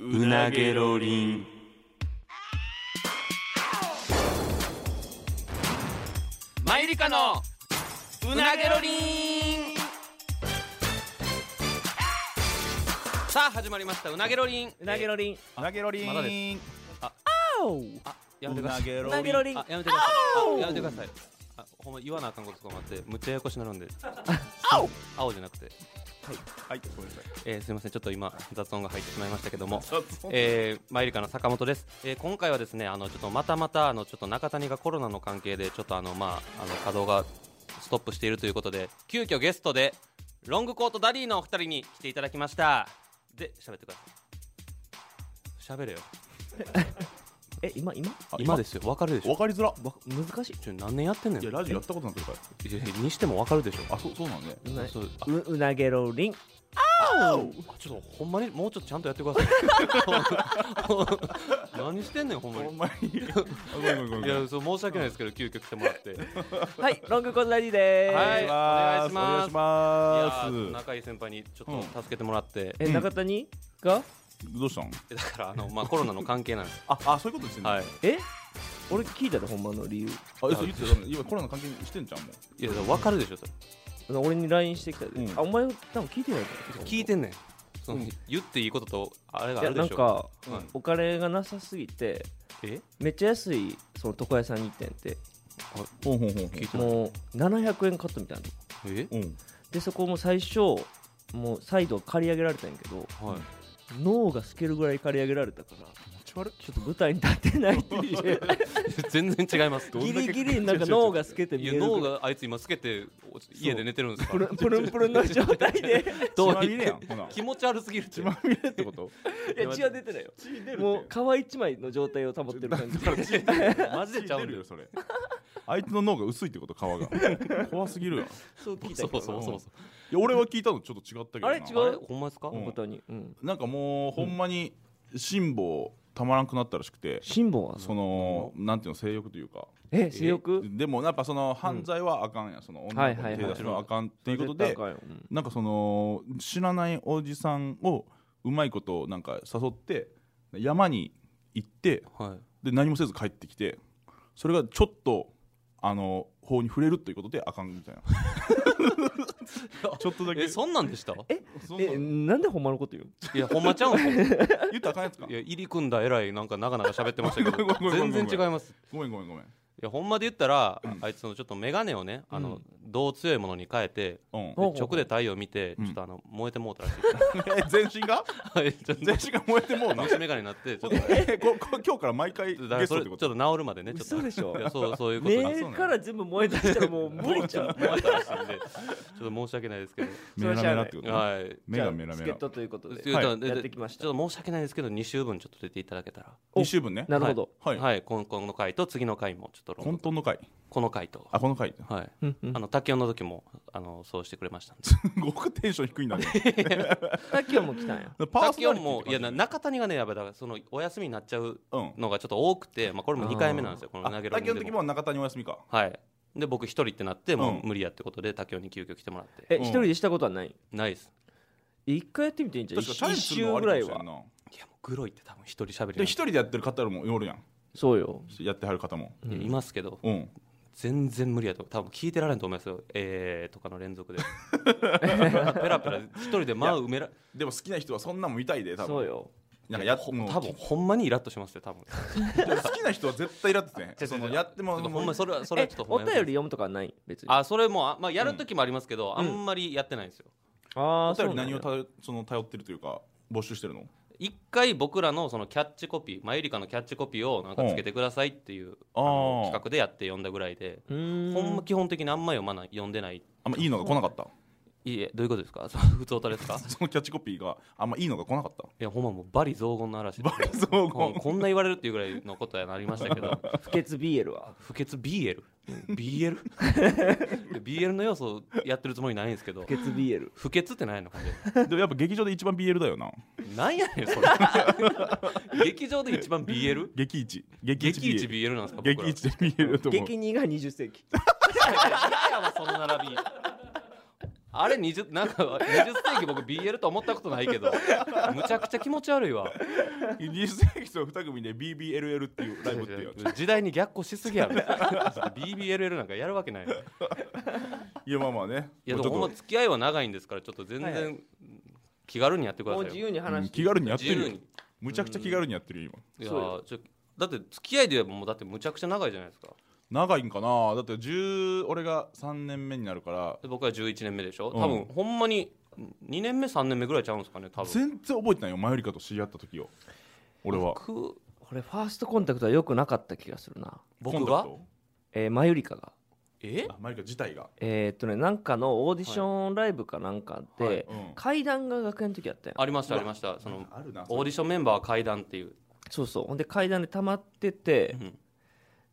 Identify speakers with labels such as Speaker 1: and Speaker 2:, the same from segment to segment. Speaker 1: うなげろりん。
Speaker 2: マイリカのうなげろりんさあ始まりましたうなげろりんう
Speaker 3: うなげろりん。
Speaker 1: うなげろりん。
Speaker 2: まだ
Speaker 1: う
Speaker 2: あやめてくだ
Speaker 1: な
Speaker 2: さい
Speaker 1: げろ
Speaker 3: う
Speaker 1: り。
Speaker 3: なんげろりん
Speaker 2: あ。やめてくださいあやめてくださいあほんま言わなあかんこととかもあってむっちゃややこしなるんで青青じゃなくて
Speaker 1: はい、ごめんなさい。
Speaker 2: えーすみませんちょっと今雑音が入ってしまいましたけども
Speaker 1: ちょっと
Speaker 2: えー、マイリカの坂本です、えー今回はですねあのちょっとまたまたあのちょっと中谷がコロナの関係でちょっとあのまああの稼働がストップしているということで急遽ゲストでロングコートダディのお二人に来ていただきましたで喋ってください喋れよ
Speaker 3: え、今、今。
Speaker 1: あ
Speaker 2: 今ですよわかるでしょ
Speaker 1: わかりづら。
Speaker 3: わ、難しい。
Speaker 2: ちょ何年やってんの
Speaker 1: い
Speaker 2: よ
Speaker 1: や、ラジオやったことなんてから。
Speaker 2: いやいやにしてもわかるでしょ
Speaker 1: あ、そう、そうなんね。
Speaker 3: うな、
Speaker 2: そうあ
Speaker 3: う、うなげろりん。
Speaker 2: あちょっとほんまにもうちょっとちゃんとやってくだ さい何してんねんほんま
Speaker 1: ほ
Speaker 2: に
Speaker 1: んまに。あごめんごめんご
Speaker 2: い
Speaker 1: めん。
Speaker 2: やそう申し訳ないですけど急遽来てもらって
Speaker 3: はい、ロングコートダディで
Speaker 2: は
Speaker 3: ー
Speaker 2: い
Speaker 3: す。
Speaker 2: お願いします
Speaker 1: お願いし
Speaker 2: いやー
Speaker 1: ま
Speaker 2: 仲いい先輩にちょっ
Speaker 1: うん
Speaker 2: と助けてもらって、
Speaker 3: え、中谷が。
Speaker 1: す。どうしたん？
Speaker 2: だからあの、まあ、コロナの関係なんです、
Speaker 1: あ、あ、そういうことしてんの。
Speaker 2: はい
Speaker 1: あ、、
Speaker 3: え。俺聞いたで、ほんまの理由。
Speaker 1: そう言ってた。今コロナ関係してんじゃんもう。
Speaker 2: いや分かるでしょそれ
Speaker 3: あの俺に LINE してきたで、
Speaker 1: うん
Speaker 3: あお前多分聞いてないから
Speaker 2: 聞いてんねんその、言っていいこととあれがあ
Speaker 3: いや
Speaker 2: るでしょ
Speaker 3: なんか、
Speaker 1: うん
Speaker 3: お金がなさすぎて
Speaker 2: え
Speaker 3: めっちゃ安いその床屋さんに行ってんて
Speaker 1: ほんほんほんほん。
Speaker 2: 聞いてない
Speaker 3: もう700円カットみたいな
Speaker 2: え
Speaker 1: うん。
Speaker 3: でそこも最初もう再度借り上げられたんやけど
Speaker 2: はい
Speaker 3: 脳が透けるぐらい借り上げられたか
Speaker 1: 持
Speaker 3: ら
Speaker 1: ち悪い。
Speaker 3: ちょっと舞台に立てな いっていう
Speaker 2: 全然違います
Speaker 3: ギリギリなんか脳が透けて
Speaker 2: い
Speaker 3: 見
Speaker 2: や
Speaker 3: える
Speaker 2: 脳があいつ今つけて家で寝てるんです
Speaker 3: プ
Speaker 2: から
Speaker 3: ルンプルンプルンの状態で
Speaker 1: 血
Speaker 2: どう
Speaker 1: まみれやん。ほな。
Speaker 2: 気持ち悪すぎるって
Speaker 1: 血まみれってこと？
Speaker 3: いや血は出てないよもう皮一枚の状態を保ってる感 じ
Speaker 2: マジでちゃうんだよ
Speaker 1: それ。あいつの脳が薄いってこと皮が。怖すぎるやん。い
Speaker 3: そう聞いた
Speaker 2: そう
Speaker 3: けど
Speaker 2: そうそうそう
Speaker 1: や俺は聞いたのちょっと違ったけどな。
Speaker 3: あれ違う
Speaker 2: あれほんまですか、
Speaker 1: うん
Speaker 3: 本当に、うん、
Speaker 1: なんかもうほんまに辛抱たまらんくなったらしくて、
Speaker 3: 辛抱は
Speaker 1: そのなんていうの性欲というか
Speaker 3: え性欲
Speaker 1: でもやっぱその犯罪はあかんやん、その
Speaker 3: は
Speaker 1: 女
Speaker 3: い
Speaker 1: の
Speaker 3: は
Speaker 1: 子
Speaker 3: い
Speaker 1: に
Speaker 3: は
Speaker 1: 手
Speaker 3: い
Speaker 1: 出すのはあかんっていうことで、
Speaker 3: 絶対あかんよ
Speaker 1: なんかその知らないおじさんをうまいことなんか誘って山に行って
Speaker 2: はい
Speaker 1: で何もせず帰ってきてそれがちょっとあの法に触れるということであかんみたいなちょっとだけ
Speaker 2: えそんなんでした
Speaker 3: え
Speaker 1: そんな
Speaker 3: えなんでほんまのこと言う
Speaker 2: いやほんまちゃうんすよ
Speaker 1: 言ったらあかんやつか
Speaker 2: いや入り組んだえらいなんか長々喋ってましたけ
Speaker 1: ごめんごめんご
Speaker 2: ど
Speaker 1: めんごめ
Speaker 2: 全
Speaker 1: ん
Speaker 2: 然違います
Speaker 1: ごめんごめんごめん
Speaker 2: いやほんまで言ったら、あいつそのちょっと眼鏡をねあの、どう強いものに変えて、
Speaker 1: うん
Speaker 3: ほうほう
Speaker 2: 直で太陽見て、
Speaker 1: うん
Speaker 2: ちょっとあの燃えてもうたらしい、
Speaker 1: え全身 が
Speaker 2: はいちょっと
Speaker 1: 全身が燃えてもうな
Speaker 2: 虫眼鏡になって ちょっと
Speaker 1: えここ今日から毎回
Speaker 2: だか
Speaker 1: ゲ
Speaker 2: ら
Speaker 1: スト
Speaker 2: そ
Speaker 1: って
Speaker 2: れちょ
Speaker 1: こ
Speaker 2: っと
Speaker 1: と
Speaker 2: 治るまでねちょ
Speaker 3: 嘘
Speaker 2: っ
Speaker 3: でしょ
Speaker 2: といやそうそういうことなんで
Speaker 3: 目から全部燃え出したらもう無理ちゃう
Speaker 2: 燃えたらしいんでちょっと申し訳ないですけど
Speaker 1: メラメラってことね
Speaker 2: はい
Speaker 1: 目がメラメ
Speaker 3: じ
Speaker 1: ラ
Speaker 3: ゃあ助っ人ということで
Speaker 2: 言うたら
Speaker 3: やってきました
Speaker 2: ちょっと申し訳ないですけど2週分ちょっと出ていただけたら
Speaker 3: お
Speaker 1: 2週分ね
Speaker 3: なるほど
Speaker 1: はい
Speaker 2: はい、ここの回と次の回もちょっとロング
Speaker 1: 混沌の回
Speaker 2: この回と
Speaker 1: あこの回
Speaker 2: はい
Speaker 3: うんうん
Speaker 2: あの卓球の時もあのそうしてくれましたんで
Speaker 1: すごくテンション低いんだね
Speaker 3: さっきはもう来たんや
Speaker 1: パーソ
Speaker 2: 卓球
Speaker 1: ナリティ
Speaker 2: も
Speaker 1: って感じ
Speaker 2: いやな中谷がねやっぱだからそのお休みになっちゃう
Speaker 1: うん
Speaker 2: のがちょっと多くて、まあ、これも2回目なんですよこの
Speaker 1: あ
Speaker 2: 投げろ
Speaker 1: 卓球の時も中谷お休みか
Speaker 2: はいで僕一人ってなっても
Speaker 1: うん
Speaker 2: う無理やってことで他協に急遽来てもらって
Speaker 3: え
Speaker 1: うん
Speaker 3: 一人でしたことはない
Speaker 2: ないです
Speaker 3: 一回やってみていいんじゃん
Speaker 1: 確かチャレン
Speaker 3: 一
Speaker 1: ジする
Speaker 3: 周
Speaker 1: の
Speaker 3: ぐ
Speaker 1: もあ
Speaker 3: らい
Speaker 1: りかもしれんな
Speaker 3: は
Speaker 2: ないやもうグロいって多分一人喋り
Speaker 1: で
Speaker 2: な
Speaker 1: も
Speaker 2: ん
Speaker 1: 一人でやってる方もおるやん
Speaker 3: そうよ
Speaker 1: やってはる方も
Speaker 2: いやいますけど
Speaker 1: うん
Speaker 2: 全然無理やと多分聞いてられんと思いますよえーとかの連 続でペラペラペラ一人で間を埋めら
Speaker 1: でも好きな人はそんなんも見たいで多
Speaker 3: そう
Speaker 1: 分
Speaker 3: よ
Speaker 1: なんかや
Speaker 2: ほ
Speaker 1: もう
Speaker 2: 多分ほんまにイラッとしますよ多分
Speaker 1: でも好きな人は絶対イラ っててね
Speaker 2: 違う違う
Speaker 1: そのやっても
Speaker 2: ちょっとほんまそれはそれは
Speaker 3: え
Speaker 2: ちょっとほ
Speaker 3: お
Speaker 2: ん
Speaker 3: 便
Speaker 2: ま
Speaker 3: り
Speaker 2: やめて
Speaker 3: 読むとかはない別にあ
Speaker 2: あそれもあ、まあ、やる時もありますけど、あんまりやってないんですよ
Speaker 3: あ
Speaker 1: お
Speaker 3: ーそ
Speaker 1: 便
Speaker 3: う
Speaker 1: り
Speaker 3: なん
Speaker 1: 何
Speaker 3: や
Speaker 1: を頼その頼ってるというか募集してるの
Speaker 2: 一回僕らのそのキャッチコピーマユリカのキャッチコピーをなんかつけてくださいっていう、あの
Speaker 1: あー
Speaker 2: 企画でやって読んだぐらいで、
Speaker 3: うーん
Speaker 2: ほんま基本的にあんま読まない読んでない
Speaker 1: あんまいいのが来なかった
Speaker 2: いいえどういうことですか その普通歌ですか
Speaker 1: そのキャッチコピーがあんまいいのが来なかった
Speaker 2: いやほんまもうバリ雑言の嵐で
Speaker 1: バリ雑言
Speaker 2: こんこんな言われるっていうぐらいのことになりました けど
Speaker 3: 不潔 BL は
Speaker 2: 不潔 BLBL?BL の要素やってるつもりないんですけど
Speaker 3: 不潔 BL
Speaker 2: 不潔ってないのほんで
Speaker 1: でもやっぱ劇場で一番 BL だよな
Speaker 2: なんやねん それ劇場で一番 BL?
Speaker 1: 激一激一
Speaker 2: 激一
Speaker 1: BL
Speaker 2: BL なんですか僕
Speaker 1: 激
Speaker 2: ら
Speaker 1: 一で BL だと思う
Speaker 3: 激2が20世紀
Speaker 2: やばその並びあれ20なんか20世紀僕 BL と思ったことないけどむちゃくちゃ気持ち悪いわ
Speaker 1: 20世紀と2組で BBLL っていうライブ っていう
Speaker 2: 時代に逆行しすぎやろ BBLL なんかやるわけないい
Speaker 1: いやまあまあね
Speaker 2: やでもほん
Speaker 1: も
Speaker 2: ま
Speaker 1: うちょっ
Speaker 2: 付き合いは長いんですからちょっと全
Speaker 3: はいは
Speaker 2: 然気軽にやってくだ
Speaker 3: も
Speaker 2: さ
Speaker 3: う
Speaker 2: いよ
Speaker 3: 自由に
Speaker 1: と、うん
Speaker 3: 話して
Speaker 1: 気軽にやって
Speaker 2: 自
Speaker 1: る
Speaker 2: 由
Speaker 1: よ
Speaker 2: に
Speaker 1: むちゃくちゃ気軽にやってるよ今
Speaker 2: いや
Speaker 3: そうよ
Speaker 2: ちょだって付き合いで言えばもうだってむちゃくちゃ長いじゃないですか
Speaker 1: 長いんかなだって10俺が3年目になるから
Speaker 2: で僕は11年目でしょ
Speaker 1: うん
Speaker 2: 多分、ほんまに2年目3年目ぐらいちゃうんですかね多分
Speaker 1: 全然覚えてないよマユリカと知り合った時を俺は
Speaker 2: 僕
Speaker 3: 俺ファーストコンタクトは良くなかった気がするな
Speaker 2: 僕が
Speaker 1: コンタクト
Speaker 3: えー、マユリカが
Speaker 2: え
Speaker 1: あマユリカ自体が
Speaker 3: えーっとねなんかのオーディションライブかなんかで、
Speaker 2: はい
Speaker 1: うん
Speaker 3: 階段が学園の時やったやん
Speaker 2: ありましたありましたその
Speaker 1: あるな
Speaker 2: オーディションメンバー会談っていう、
Speaker 3: そうそうほんで階段で溜まってて
Speaker 2: うん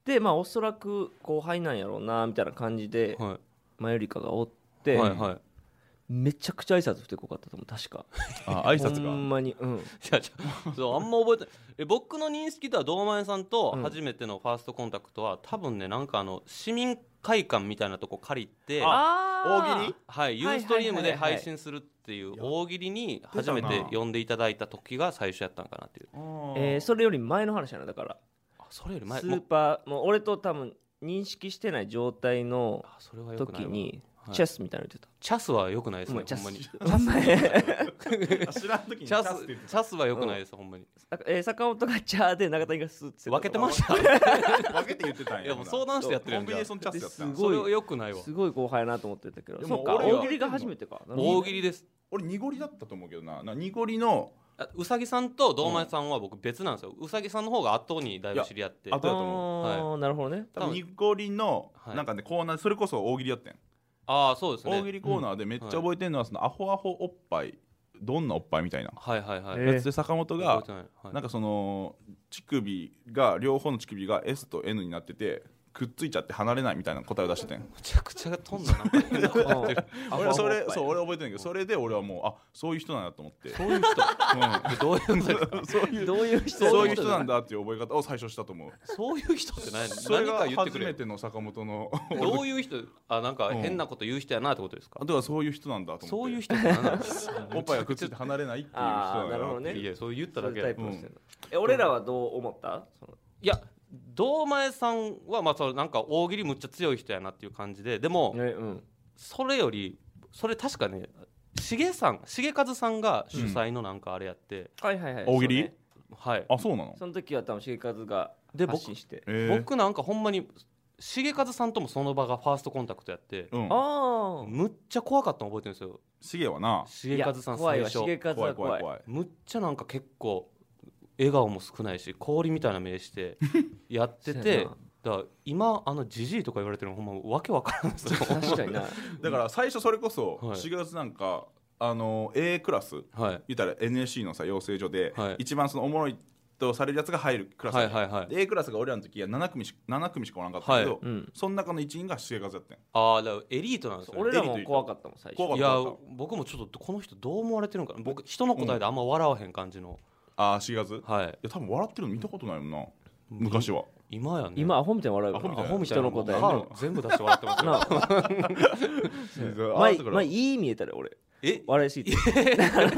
Speaker 3: でまあおそらく後輩なんやろうなみたいな感じで
Speaker 2: は
Speaker 3: マユリカがおっ
Speaker 2: い、
Speaker 3: て、
Speaker 2: はいはい
Speaker 3: めちゃくちゃ挨拶不てこかったと思う確か
Speaker 1: あ挨
Speaker 3: ほ
Speaker 1: 拶が
Speaker 3: んまにうん
Speaker 2: いやちょそうあんま覚えてないえ僕の認識では堂前さんと
Speaker 3: うん
Speaker 2: 初めてのファーストコンタクトは、多分ねなんかあの市民会館みたいなとこ借りて
Speaker 3: あ
Speaker 1: 大喜利
Speaker 2: はい、ユ
Speaker 3: はい
Speaker 2: ーストリームで
Speaker 3: はいはいはい
Speaker 2: 配信するっていう大喜利に初め
Speaker 1: やって
Speaker 2: て
Speaker 1: たな
Speaker 2: 呼んでいただいた時が最初やったんかなっていう
Speaker 3: えー
Speaker 1: そ
Speaker 3: それより前の話やなだから
Speaker 2: あそれより前
Speaker 3: ス
Speaker 2: も
Speaker 3: ー
Speaker 2: う
Speaker 3: パーもう俺と多分認識してない状態の
Speaker 2: あそれはよくな
Speaker 3: 時
Speaker 2: いわ
Speaker 3: に
Speaker 2: はい
Speaker 3: チェスみたいなの言ってた、
Speaker 2: チャスはよくないです
Speaker 3: お
Speaker 2: ね
Speaker 3: 前チ
Speaker 2: ほ
Speaker 3: ャ
Speaker 2: んま
Speaker 3: ス
Speaker 2: にチ
Speaker 3: あんまり
Speaker 1: 知らん 時に
Speaker 2: ャ
Speaker 1: チャスっ
Speaker 2: ス
Speaker 1: て言って
Speaker 2: チャスはよくないです、ほんまに
Speaker 3: えー坂本がチャーで中谷がスーって
Speaker 2: 分けてました
Speaker 1: た分けて言ってたんや
Speaker 2: いやもう相談してやって
Speaker 1: コン
Speaker 2: るやん
Speaker 1: ビ
Speaker 2: じ
Speaker 1: ネー
Speaker 2: ゃあ
Speaker 1: ションチャスやった
Speaker 3: です
Speaker 1: な
Speaker 3: ごい
Speaker 2: それはよくないわ
Speaker 3: すごい後輩やなと思ってたけど
Speaker 1: でも
Speaker 3: そっか
Speaker 1: 俺
Speaker 2: は
Speaker 3: 大喜利が初めてかなんか
Speaker 2: 大喜利です
Speaker 1: 俺濁りだったと思うけどなな濁りの
Speaker 2: あうさぎさんと堂前さんは僕別なんですよ、うさぎさんの方が後にだいぶ知り合って
Speaker 1: いや後だと
Speaker 2: う
Speaker 3: あーなるほどね
Speaker 1: 多分濁りの
Speaker 2: はい
Speaker 1: なんかねコーナーそれこそ大喜利やってん
Speaker 2: ああそうですね
Speaker 1: 大喜利コーナーでめっちゃ覚えてるのはそのアホアホおっぱいどんなおっぱいみたいな
Speaker 2: はいはいはい、
Speaker 3: え
Speaker 1: やつで坂本が
Speaker 2: 覚えてないはい
Speaker 1: なんかその乳首が両方の乳首が S と N になっててくっついちゃって離れないみたいな答えを出しててん
Speaker 2: むちゃくちゃ飛んだな変 なこと言 ってる
Speaker 1: 俺はそれ
Speaker 3: あ
Speaker 1: そう俺は覚えてないけどそれで俺はもうあそういう人なんだと思って
Speaker 2: そういう人どういう人
Speaker 1: うんそういう
Speaker 3: どういう人
Speaker 1: そういう人なんだっていう覚え方を最初したと思う
Speaker 2: そういう人って何
Speaker 1: それ
Speaker 2: 何か
Speaker 1: が
Speaker 2: 言って
Speaker 1: 初
Speaker 2: く
Speaker 1: め
Speaker 2: れ
Speaker 1: ての坂本の
Speaker 2: どういう人あなんか変なこと言う人やなってことですか、
Speaker 1: あとはそういう人なんだと思って
Speaker 2: そういう人って何なんですか
Speaker 1: おっぱいがくっついて離れないっていう人
Speaker 3: あ
Speaker 1: な
Speaker 3: あ
Speaker 1: ん
Speaker 3: な
Speaker 1: だ
Speaker 3: るほ
Speaker 1: な
Speaker 3: どね
Speaker 2: いやそう言った
Speaker 3: そ
Speaker 2: だ
Speaker 3: うい
Speaker 2: け
Speaker 3: う
Speaker 2: や
Speaker 3: タイプの人なんだえ俺らはどう思ったその
Speaker 2: いや堂前さんはまあそのなんか大喜利むっちゃ強い人やなっていう感じででも
Speaker 3: えうん
Speaker 2: それよりそれ確かねしげさんしげかずさんが主催のなんかあれやって、
Speaker 3: はいはいはい
Speaker 1: 大喜利
Speaker 3: そうね
Speaker 2: はい
Speaker 1: あそうなの
Speaker 3: その時は多分重和が
Speaker 2: で僕
Speaker 3: 発信して
Speaker 1: え
Speaker 2: 僕なんかほんまにしげかずさんともその場がファーストコンタクトやって
Speaker 1: えうん
Speaker 3: ああ
Speaker 2: むっちゃ怖かったの覚えてるんですよ
Speaker 1: シゲはな
Speaker 2: しげかずさん
Speaker 3: 怖い
Speaker 2: 最
Speaker 3: わ
Speaker 2: 初
Speaker 3: 重和は
Speaker 1: 怖い
Speaker 3: 怖い
Speaker 1: 怖い怖い
Speaker 2: むっちゃなんか結構笑顔も少ないし氷みたいな目してやって
Speaker 3: そうや
Speaker 2: て
Speaker 3: な
Speaker 2: だから今あのじじいとか言われてるのほんまわけわからんですよ
Speaker 3: 確かにな
Speaker 1: だから最初それこそ
Speaker 2: はい
Speaker 1: 4月なんかあの A クラス
Speaker 2: はい
Speaker 1: 言ったら NSC のさ養成所で
Speaker 2: はい
Speaker 1: 一番そのおもろいとされるやつが入るクラス
Speaker 2: はい
Speaker 1: やね
Speaker 2: はいはい
Speaker 1: で A クラスが俺らの時は7組し7組しかおらんかったんやけど
Speaker 3: うん
Speaker 1: その中の一員が4月やってん
Speaker 2: ああだからエリートなんですよね
Speaker 3: 俺らも怖かったもん最初
Speaker 1: 怖かっ
Speaker 2: い
Speaker 1: た
Speaker 2: や
Speaker 1: 怖かっ
Speaker 2: 僕もちょっとこの人どう思われてるんかな僕人の答えであんま笑わへん感じの、
Speaker 1: ああ4月い
Speaker 2: はい
Speaker 1: や多分笑ってるの見たことないもんな昔は
Speaker 2: 今やね
Speaker 3: 今アホみたいに笑うから
Speaker 1: ア
Speaker 2: アホみたい
Speaker 3: 人
Speaker 2: な
Speaker 3: の答え
Speaker 2: もう歯全部出して笑ってますよ
Speaker 3: なあ
Speaker 1: あ
Speaker 3: 前
Speaker 1: だから
Speaker 3: 前いい見えたで俺
Speaker 2: え
Speaker 3: 笑いす ぎて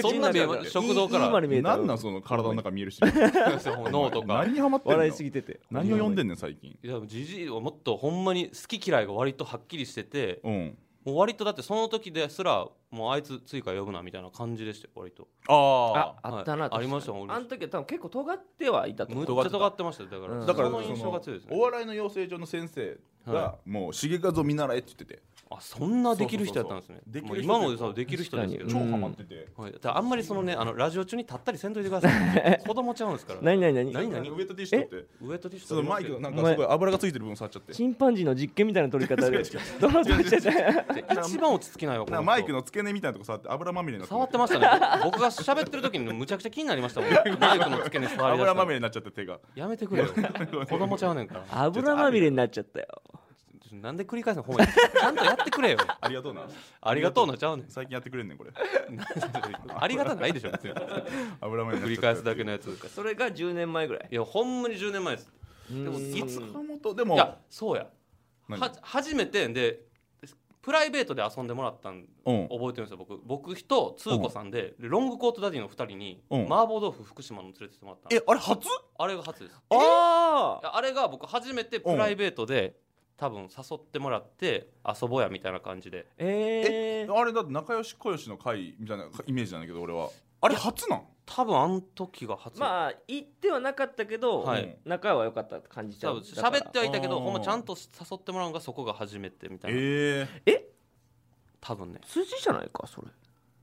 Speaker 2: そんな見えま
Speaker 3: 口
Speaker 2: 食堂から
Speaker 3: いいいいまで見えた
Speaker 1: 何なんその体の中見えるし
Speaker 2: 脳とか
Speaker 1: 何にハマってんの
Speaker 3: 笑いすぎてて
Speaker 1: 何を読んでんねん最近
Speaker 2: いやじじいはもっとほんまに好き嫌いが割とはっきりしてて
Speaker 1: うん
Speaker 2: もう割とだってその時ですらもうあいつ追加呼ぶなみたいな感じでしたよ割と
Speaker 1: あ
Speaker 3: ああった
Speaker 2: は
Speaker 3: な
Speaker 2: い
Speaker 3: 確か
Speaker 2: あ
Speaker 3: に
Speaker 2: りましたもん俺
Speaker 3: あの時は多分結構尖ってはいたと
Speaker 2: むっ
Speaker 3: 思
Speaker 2: ち
Speaker 3: う
Speaker 2: ゃ尖ってましたよだから、
Speaker 3: うん
Speaker 1: だから
Speaker 2: そ
Speaker 1: そ
Speaker 2: の印象が強いです
Speaker 1: お
Speaker 2: ね
Speaker 1: 笑いの養成所の先生が
Speaker 2: は
Speaker 1: もう重和を見習えって言ってて
Speaker 2: あそんなできる人やったんですね
Speaker 1: そうそうそう
Speaker 2: もう今のでさできる人ですけ
Speaker 3: うん
Speaker 1: 超
Speaker 2: ど
Speaker 1: ハマってて
Speaker 2: はい、だからあんまりそのねあのラジオ中に立ったりせんといてくださ い子供ちゃうんですから
Speaker 3: 何何何
Speaker 2: 何
Speaker 1: なんかウエットティッシュ取って
Speaker 2: ウエットティッシュ
Speaker 1: そのマイクの
Speaker 2: な
Speaker 1: なんかすごい油がついてる部分触っちゃって
Speaker 3: チンパンジーの実験みたいな撮り方
Speaker 1: 違う違
Speaker 3: で
Speaker 1: う
Speaker 3: ドロドロ してて
Speaker 2: 一番落ち着きないわこ
Speaker 1: なん
Speaker 2: の
Speaker 1: かマ
Speaker 2: 人
Speaker 1: イクの付け根みたいなとこ触って油まみれになって
Speaker 2: 触ってましたね 僕が喋ってる時にむちゃくちゃ気になりましたも んマイクの付け根触
Speaker 1: 油
Speaker 2: り出し
Speaker 1: ま
Speaker 2: た
Speaker 1: みれになっちゃって手が
Speaker 2: やめて くれよ子供ちゃうねんから
Speaker 3: 油まみれになっちゃったよ
Speaker 2: なんで繰り返 すのほんまにちゃんとやってくれよ
Speaker 1: ありがとうな
Speaker 2: ありがとうなちゃうねん
Speaker 1: 最近やってくれんねんこれ
Speaker 2: ありがたな いでしょ別に
Speaker 1: 油まみれ
Speaker 2: 繰
Speaker 1: に
Speaker 2: り
Speaker 1: なっちゃ
Speaker 2: 返
Speaker 1: っ
Speaker 2: す
Speaker 1: て
Speaker 2: だけのやつ
Speaker 3: それが10年前ぐらい
Speaker 2: いやほんまに10年前です
Speaker 3: で
Speaker 2: もいつ
Speaker 1: 坂本で
Speaker 2: い
Speaker 1: も
Speaker 2: やそうや
Speaker 1: 何
Speaker 2: は初めてでププライベートで遊んでもらったん
Speaker 1: うん
Speaker 2: 覚えてるんですよ僕僕と通子さんで、でロングコートダディの2人に、
Speaker 1: うん
Speaker 2: 麻婆豆腐福島の連れてってもらったんです
Speaker 1: えあれ初
Speaker 2: あれが初です
Speaker 3: あ
Speaker 2: いやあれが僕初めてプライベートで、多分誘ってもらって遊ぼうやみたいな感じで
Speaker 3: ーえー、
Speaker 1: あれだって仲良し小良しの会みたいなイメージなんだけど俺はあれ初なん
Speaker 2: 多分あの時が初、
Speaker 3: まあ行ってはなかったけど、
Speaker 2: はい
Speaker 3: 仲は良かったって感じちゃ
Speaker 2: 多
Speaker 3: う
Speaker 2: 分喋ってはいたけ
Speaker 1: あ
Speaker 2: ど
Speaker 1: ー
Speaker 2: ほんまちゃんと誘ってもらうのがそこが初めてみたいな、
Speaker 1: ええ
Speaker 2: 多分ね
Speaker 3: 数字じゃないかそれ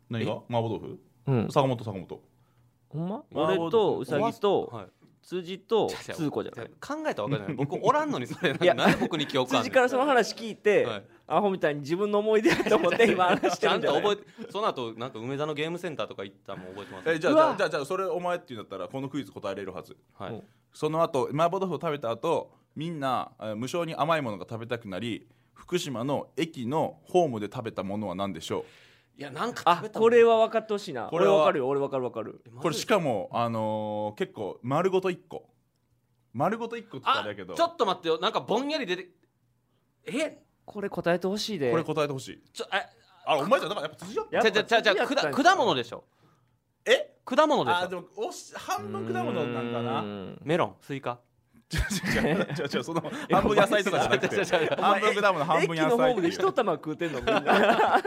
Speaker 1: 何が
Speaker 2: え
Speaker 1: 麻婆豆腐
Speaker 3: うん
Speaker 1: 坂本坂本
Speaker 3: ほんま
Speaker 1: 麻婆豆腐
Speaker 3: 俺とうさぎと
Speaker 2: はい
Speaker 3: 辻と
Speaker 2: 違う違う
Speaker 3: 通子じゃない
Speaker 2: 考えたわけじ ゃない僕おらんのにそれ
Speaker 3: いや
Speaker 2: ななんで僕に記憶あん
Speaker 3: 辻
Speaker 2: ねん
Speaker 3: からその話聞いて、
Speaker 2: はい
Speaker 3: アホみたいに自分の思い出だと思って今話して
Speaker 2: ちゃ
Speaker 3: るん
Speaker 2: ん
Speaker 3: じゃ
Speaker 2: と
Speaker 3: ない
Speaker 2: 覚えてその後なんか梅田のゲームセンターとか行ったのも覚えてます
Speaker 1: えじゃあ
Speaker 3: う
Speaker 1: じゃ
Speaker 3: わ
Speaker 1: あじゃあじゃあそれお前って言うんだったらこのクイズ答えれるはず
Speaker 2: はい
Speaker 3: うん
Speaker 1: その後麻婆豆腐を食べた後みんなえー無性に甘いものが食べたくなり福島の駅のホームで食べたものは何でしょ
Speaker 2: いやなんか食
Speaker 3: あ
Speaker 2: べたもん
Speaker 3: これは分かってほしいな
Speaker 1: これは
Speaker 3: 俺分かるよ俺分かる分かる
Speaker 2: え
Speaker 1: う
Speaker 2: マジ
Speaker 1: これしかも、あのー結構丸ごと1個丸ごと1個って言ったら
Speaker 2: あ
Speaker 1: あれだけど
Speaker 2: ちょっと待ってよなんかぼんやり出てえ
Speaker 3: これ答えてほしいで
Speaker 1: これ答えてほしい
Speaker 2: ちょえ
Speaker 1: あお前じゃだからやっぱ辻よ
Speaker 3: やっ
Speaker 2: じ
Speaker 3: ぱ
Speaker 2: ゃじゃじゃじゃ
Speaker 3: 次やったんちゃう
Speaker 2: 果物でしょ
Speaker 1: え
Speaker 2: 果物でし
Speaker 1: あー
Speaker 2: ょ
Speaker 1: でもおし半分果物なんか
Speaker 3: うー
Speaker 1: なん
Speaker 2: メロンスイカ
Speaker 1: 違う違う違う違う違うその半分野菜とかじゃなく
Speaker 2: 違う違う違
Speaker 1: て
Speaker 2: う
Speaker 1: 半分果物半分
Speaker 3: 駅
Speaker 1: 野
Speaker 3: のホ
Speaker 1: 菜ってい
Speaker 3: ームで
Speaker 1: う
Speaker 3: 一玉食う てんのみんな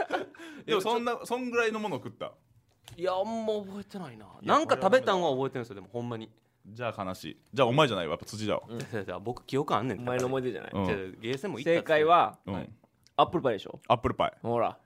Speaker 1: でもそんなそんぐらいのものを食った
Speaker 2: いやあんま覚えてないない
Speaker 1: や
Speaker 2: なんか食べたんは覚えてるんですよでもほんまに
Speaker 1: じゃあ悲しいじゃあお前じゃないわやっぱ辻だわ
Speaker 3: うん
Speaker 2: じゃじゃじゃ僕記憶あんねん
Speaker 3: お前の思い出じゃない
Speaker 1: うん
Speaker 2: じゃじゃゲーセンも行ったっつ
Speaker 3: 正
Speaker 2: って
Speaker 3: 解は
Speaker 1: うん、
Speaker 3: アップルパイでしょ
Speaker 1: アップルパイ
Speaker 3: ほら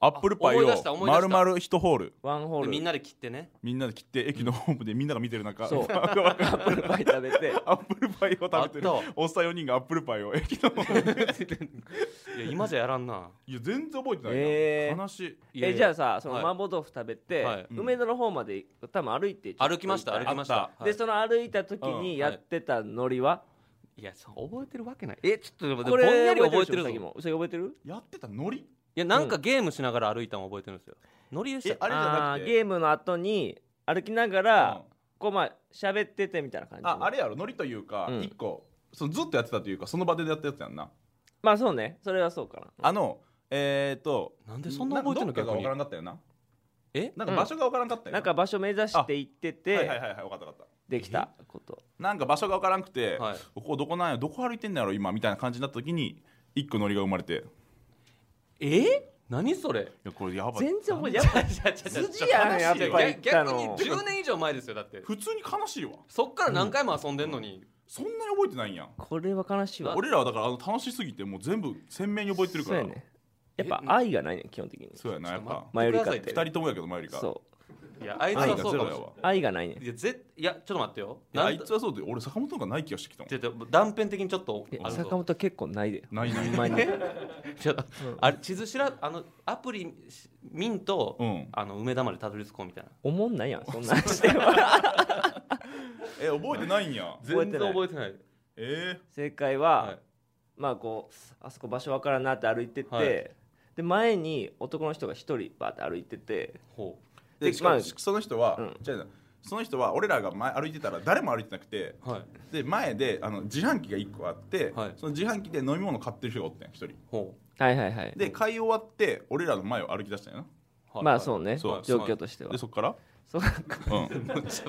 Speaker 1: アップルパイ
Speaker 2: 思い出した
Speaker 1: を
Speaker 2: 思い出した
Speaker 1: 丸々一ホール
Speaker 3: ワンホー
Speaker 2: で
Speaker 3: ル
Speaker 2: みんなで切ってね
Speaker 1: みんなで切って駅のホームでみんなが見てる中
Speaker 3: そう
Speaker 1: アッ
Speaker 3: アップルパイ食べて
Speaker 1: プルパイを食べてる
Speaker 2: あった
Speaker 1: おっさん4人がアップルパイを駅 のホームで
Speaker 2: いや今じゃやらんない
Speaker 1: や全然覚えてないな、
Speaker 3: えー
Speaker 1: 悲しい
Speaker 2: いやい
Speaker 3: え
Speaker 2: や
Speaker 3: じゃあさその
Speaker 2: はい
Speaker 3: 麻婆豆腐食べて、
Speaker 2: はい
Speaker 3: 梅田の方まで多分歩いて
Speaker 2: 歩きました歩きました
Speaker 1: あ
Speaker 2: はい
Speaker 3: でその歩いた時
Speaker 1: うん
Speaker 3: にやってたノリは、
Speaker 2: いやそう覚えてるわけないえちょっとでもで
Speaker 3: こ
Speaker 2: もぼん
Speaker 3: れ
Speaker 2: やり覚えてる
Speaker 3: う
Speaker 2: ぞ
Speaker 3: さぎ
Speaker 2: い
Speaker 3: もうさぎ覚えてる
Speaker 1: やってたノリ
Speaker 2: やなんかゲームしながら歩いたの覚えてるんですよノリでした
Speaker 1: えあれじゃなくて
Speaker 3: あーゲームの後に歩きながら、こうまあ喋っててみたいな感じ
Speaker 1: ああれやろノリというか
Speaker 3: うん
Speaker 1: 一個、そのずっとやってたというかその場でやったやつやんな
Speaker 3: まあそうねそれはそうかな
Speaker 1: あのえー、と
Speaker 2: なんでそんな覚えてんの
Speaker 1: かが
Speaker 2: 逆
Speaker 1: 分
Speaker 2: に
Speaker 1: からんかったよな
Speaker 2: え
Speaker 1: なんか場所が分からんかったよ
Speaker 3: なんか場所目指して行ってて、
Speaker 1: はいはいはいはい分かった分かった
Speaker 3: できたこと
Speaker 1: なんか場所が分からんくて、
Speaker 2: はい
Speaker 1: ここどこなんやどこ歩いてんのやろ今みたいな感じになった時に一個ノリが生まれてい
Speaker 2: え何それ
Speaker 1: やこれやばい
Speaker 3: 全然覚えてやっぱ
Speaker 2: 筋
Speaker 3: 筋やんやっぱり行った
Speaker 2: 逆に
Speaker 3: の
Speaker 2: 10年以上前ですよだって
Speaker 1: 普通に悲しいわ
Speaker 2: そっから何回も遊んでんのに、
Speaker 1: そんなに覚えてないんやん
Speaker 3: これは悲しいわ
Speaker 1: 俺らはだからあの楽しすぎてもう全部鮮明に覚えてる
Speaker 3: そ
Speaker 1: か
Speaker 3: う
Speaker 1: ら
Speaker 3: やねやっぱ愛がないね基本的に
Speaker 1: そうやなやっぱ
Speaker 3: 前よりかって
Speaker 2: ちょっと
Speaker 1: 2
Speaker 2: 待ってくださ
Speaker 1: 人ともやけど前よりか
Speaker 3: そ
Speaker 2: いやあいつ
Speaker 1: 愛
Speaker 2: は
Speaker 1: が
Speaker 2: そ
Speaker 1: ゼ
Speaker 2: う
Speaker 1: ロ
Speaker 2: か
Speaker 1: や
Speaker 2: もしれな
Speaker 1: わ
Speaker 3: う愛がないね
Speaker 2: いいやぜいやちょっと待ってよ
Speaker 1: いやあ
Speaker 2: なん
Speaker 1: い
Speaker 2: と
Speaker 1: つはそうで俺坂本の方がない気がしてきたもん
Speaker 2: ちょっと断片的にちょっと
Speaker 3: で
Speaker 2: あるぞ
Speaker 3: 坂本結構ないで
Speaker 1: ないない
Speaker 3: ほんまに
Speaker 2: ちょっとあれ地図調べあのアプリしミンと、
Speaker 1: うん
Speaker 2: あの梅田までたどり着こうみたいな
Speaker 3: おもんないやんそんなして
Speaker 1: え覚えてないんや
Speaker 3: 覚えてな
Speaker 2: 全然
Speaker 3: い
Speaker 2: 覚えてない
Speaker 1: え
Speaker 3: 正解は、
Speaker 2: はい
Speaker 3: まあこうあそこ場所わからんなって歩いてって、
Speaker 2: はい
Speaker 3: で前に男の人が一人バーって歩いてて
Speaker 2: ほ
Speaker 1: ー、
Speaker 3: で
Speaker 1: でしか
Speaker 3: まあ
Speaker 1: もその人は、
Speaker 3: うん
Speaker 1: じゃあその人は俺らが前歩いてたら誰も歩いてなくて
Speaker 2: うはい
Speaker 1: で前であの自販機が1個あって、
Speaker 2: はい
Speaker 1: その自販機で飲み物買ってる人がおってん1人
Speaker 2: ほ
Speaker 3: はいはいはい
Speaker 1: で買い終わって俺らの前を歩き出したんや
Speaker 2: う、はい
Speaker 3: まあ
Speaker 2: はい
Speaker 3: そうね、
Speaker 1: そう
Speaker 3: 状況として
Speaker 1: な
Speaker 3: は
Speaker 1: でそっから、
Speaker 3: そう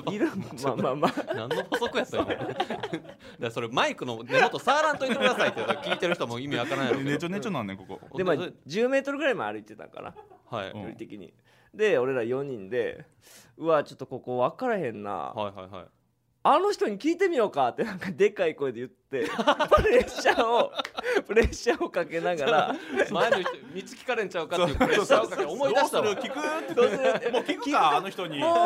Speaker 1: うん、
Speaker 3: いるまあまあまあ
Speaker 2: 何の補足やったよ だからそれマイクの根元触らんといてくださいってだから聞いてる人も意味わからないやろうけ
Speaker 1: ね
Speaker 2: ど
Speaker 1: ちょねちょなんねんここ
Speaker 2: ほん
Speaker 3: でまあ
Speaker 2: それ
Speaker 3: 10メートルぐらいまで歩いてたから
Speaker 2: は
Speaker 1: う
Speaker 2: い、
Speaker 1: ん
Speaker 3: 距離的に、で俺ら4人でうわちょっとここ分からへんな、
Speaker 2: はいはいはい
Speaker 3: あの人に聞いてみようかってなんかでかい声で言ってプレッシャーをプレッシャーをかけながら
Speaker 2: 前の人道聞かれんちゃうかっていうプレッシャーをかけ思い出した
Speaker 1: どう
Speaker 2: わ
Speaker 1: する聞く
Speaker 3: どうする
Speaker 1: もう聞くかあの人に
Speaker 3: もうもう